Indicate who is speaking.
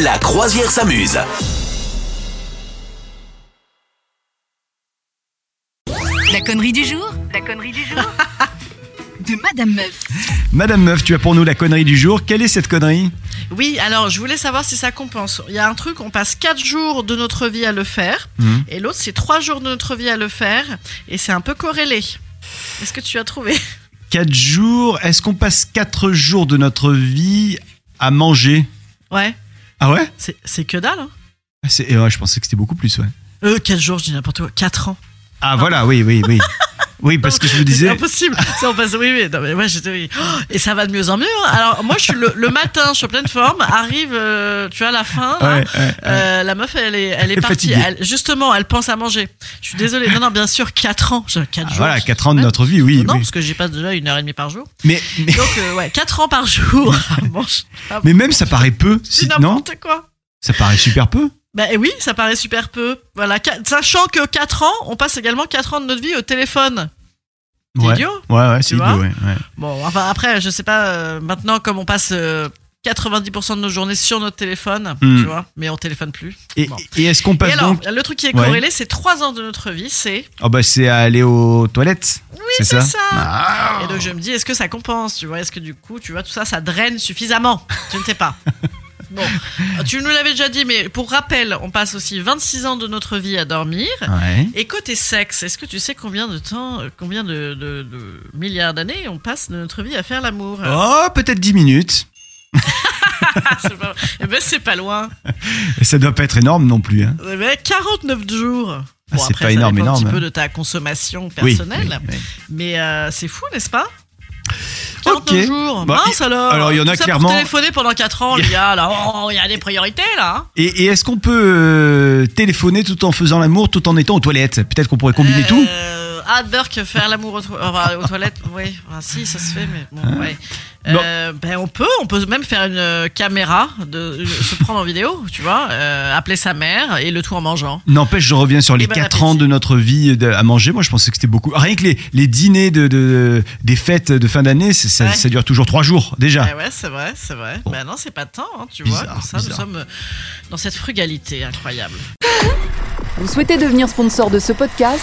Speaker 1: La croisière s'amuse.
Speaker 2: La connerie du jour La connerie du jour De Madame Meuf.
Speaker 3: Madame Meuf, tu as pour nous la connerie du jour. Quelle est cette connerie
Speaker 4: Oui, alors je voulais savoir si ça compense. Il y a un truc, on passe 4 jours de notre vie à le faire,
Speaker 3: Mhm.
Speaker 4: et l'autre, c'est 3 jours de notre vie à le faire, et c'est un peu corrélé. Est-ce que tu as trouvé
Speaker 3: 4 jours. Est-ce qu'on passe 4 jours de notre vie à manger
Speaker 4: Ouais,
Speaker 3: Ah ouais
Speaker 4: c'est c'est que dalle. Hein.
Speaker 3: Ah, c'est- eh ouais, Je pensais que c'était beaucoup plus, ouais.
Speaker 4: Euh, 4 jours, je dis n'importe quoi, 4 ans.
Speaker 3: Ah voilà, oui, oui, oui. Oui, parce que je me
Speaker 4: C'est
Speaker 3: disais.
Speaker 4: impossible. Ça, on passe, oui, oui, non, mais moi, j'étais, oui. Oh, Et ça va de mieux en mieux. hein. Alors, moi, je suis le, le matin, je suis en pleine forme, arrive, euh, tu vois, la fin. là,
Speaker 3: Ouais, ouais, Ah, ouais.
Speaker 4: Euh, la meuf, elle est, elle est
Speaker 3: est
Speaker 4: partie.
Speaker 3: fatiguée.
Speaker 4: Elle- justement, elle pense à manger. Je suis désolée. Non, non, bien sûr, 4 ans. 4
Speaker 3: Ah,
Speaker 4: jours.
Speaker 3: voilà,
Speaker 4: je-
Speaker 3: 4 ans de
Speaker 4: Ouais.
Speaker 3: notre vie, oui.
Speaker 4: non,
Speaker 3: oui.
Speaker 4: parce que j'y passe déjà une heure et demie par jour.
Speaker 3: Mais, mais,
Speaker 4: Donc, euh, ouais, 4 ans par jour. à manger.
Speaker 3: mais même ça paraît peu, si-
Speaker 4: C'est
Speaker 3: non
Speaker 4: n'importe quoi.
Speaker 3: Ça paraît super peu.
Speaker 4: Bah eh oui, ça paraît super peu. Voilà, qua- sachant que 4 ans, on passe également 4 ans de notre vie au téléphone. C'est
Speaker 3: Ouais,
Speaker 4: idiot.
Speaker 3: ouais, ouais, c'est
Speaker 4: Tu vois
Speaker 3: idiot, ouais, ouais.
Speaker 4: Bon, enfin, après, je sais pas, euh, maintenant, comme on passe euh, 90% de nos journées sur notre téléphone,
Speaker 3: Hmm.
Speaker 4: tu vois, mais on téléphone plus.
Speaker 3: Et,
Speaker 4: Bon.
Speaker 3: et est-ce qu'on passe
Speaker 4: Et alors,
Speaker 3: donc
Speaker 4: le truc qui est
Speaker 3: Ouais.
Speaker 4: corrélé, c'est 3 ans de notre vie, c'est.
Speaker 3: Oh bah c'est à aller aux toilettes.
Speaker 4: Oui,
Speaker 3: C'est
Speaker 4: c'est
Speaker 3: ça
Speaker 4: ça.
Speaker 3: Ah.
Speaker 4: Et donc je me dis, est-ce que ça compense Tu vois, est-ce que du coup, tu vois, tout ça, ça draine suffisamment Je ne sais pas. Bon, tu nous l'avais déjà dit, mais pour rappel, on passe aussi 26 ans de notre vie à dormir.
Speaker 3: Ouais.
Speaker 4: Et côté sexe, est-ce que tu sais combien de temps, euh, combien de, de- de milliards d'années on passe de notre vie à faire l'amour
Speaker 3: Oh, peut-être 10 minutes.
Speaker 4: Ah, c'est pas... Eh ben, c'est pas loin.
Speaker 3: Ça doit pas être énorme non plus. Hein.
Speaker 4: Eh ben, 49 jours.
Speaker 3: Ah, c'est
Speaker 4: après,
Speaker 3: pas
Speaker 4: ça
Speaker 3: énorme,
Speaker 4: dépend un
Speaker 3: énorme,
Speaker 4: petit peu
Speaker 3: hein.
Speaker 4: de ta consommation
Speaker 3: Oui,
Speaker 4: personnelle.
Speaker 3: oui, oui.
Speaker 4: Mais euh, c'est fou, n'est-ce pas
Speaker 3: Ok.
Speaker 4: 49 jours.
Speaker 3: Bah,
Speaker 4: Mince
Speaker 3: y-
Speaker 4: alors.
Speaker 3: alors, il y en
Speaker 4: Tout
Speaker 3: a
Speaker 4: ça
Speaker 3: clairement-
Speaker 4: Pour téléphoner pendant 4 ans, les gars, là, oh, il y a des priorités là. hein.
Speaker 3: Et, et est-ce qu'on peut euh, téléphoner tout en faisant l'amour, tout en étant aux toilettes Peut-être qu'on pourrait combiner
Speaker 4: Euh,
Speaker 3: tout.
Speaker 4: Ah, Burke, faire l'amour aux, to- enfin, aux toilettes, oui. Enfin, si, ça se fait, mais bon, ouais. Euh, ben, on peut, on peut même faire une euh, caméra, de, euh, se prendre en vidéo, tu vois, euh, appeler sa mère et le tout en mangeant.
Speaker 3: N'empêche, je reviens sur les
Speaker 4: Et bon
Speaker 3: 4
Speaker 4: appétit.
Speaker 3: ans de notre vie de- à manger. Moi, je pensais que c'était beaucoup. Rien que les, les dîners de, de- des fêtes de fin d'année, c'est- ça,
Speaker 4: Ouais.
Speaker 3: ça dure toujours 3 jours déjà.
Speaker 4: Eh ouais, c'est vrai, c'est vrai.
Speaker 3: Ah. Bon.
Speaker 4: Ben non, c'est pas tant, hein, tu vois.
Speaker 3: Bizarre,
Speaker 4: Comme ça,
Speaker 3: bizarre.
Speaker 4: nous sommes euh, dans cette frugalité incroyable.
Speaker 5: Vous souhaitez devenir sponsor de ce podcast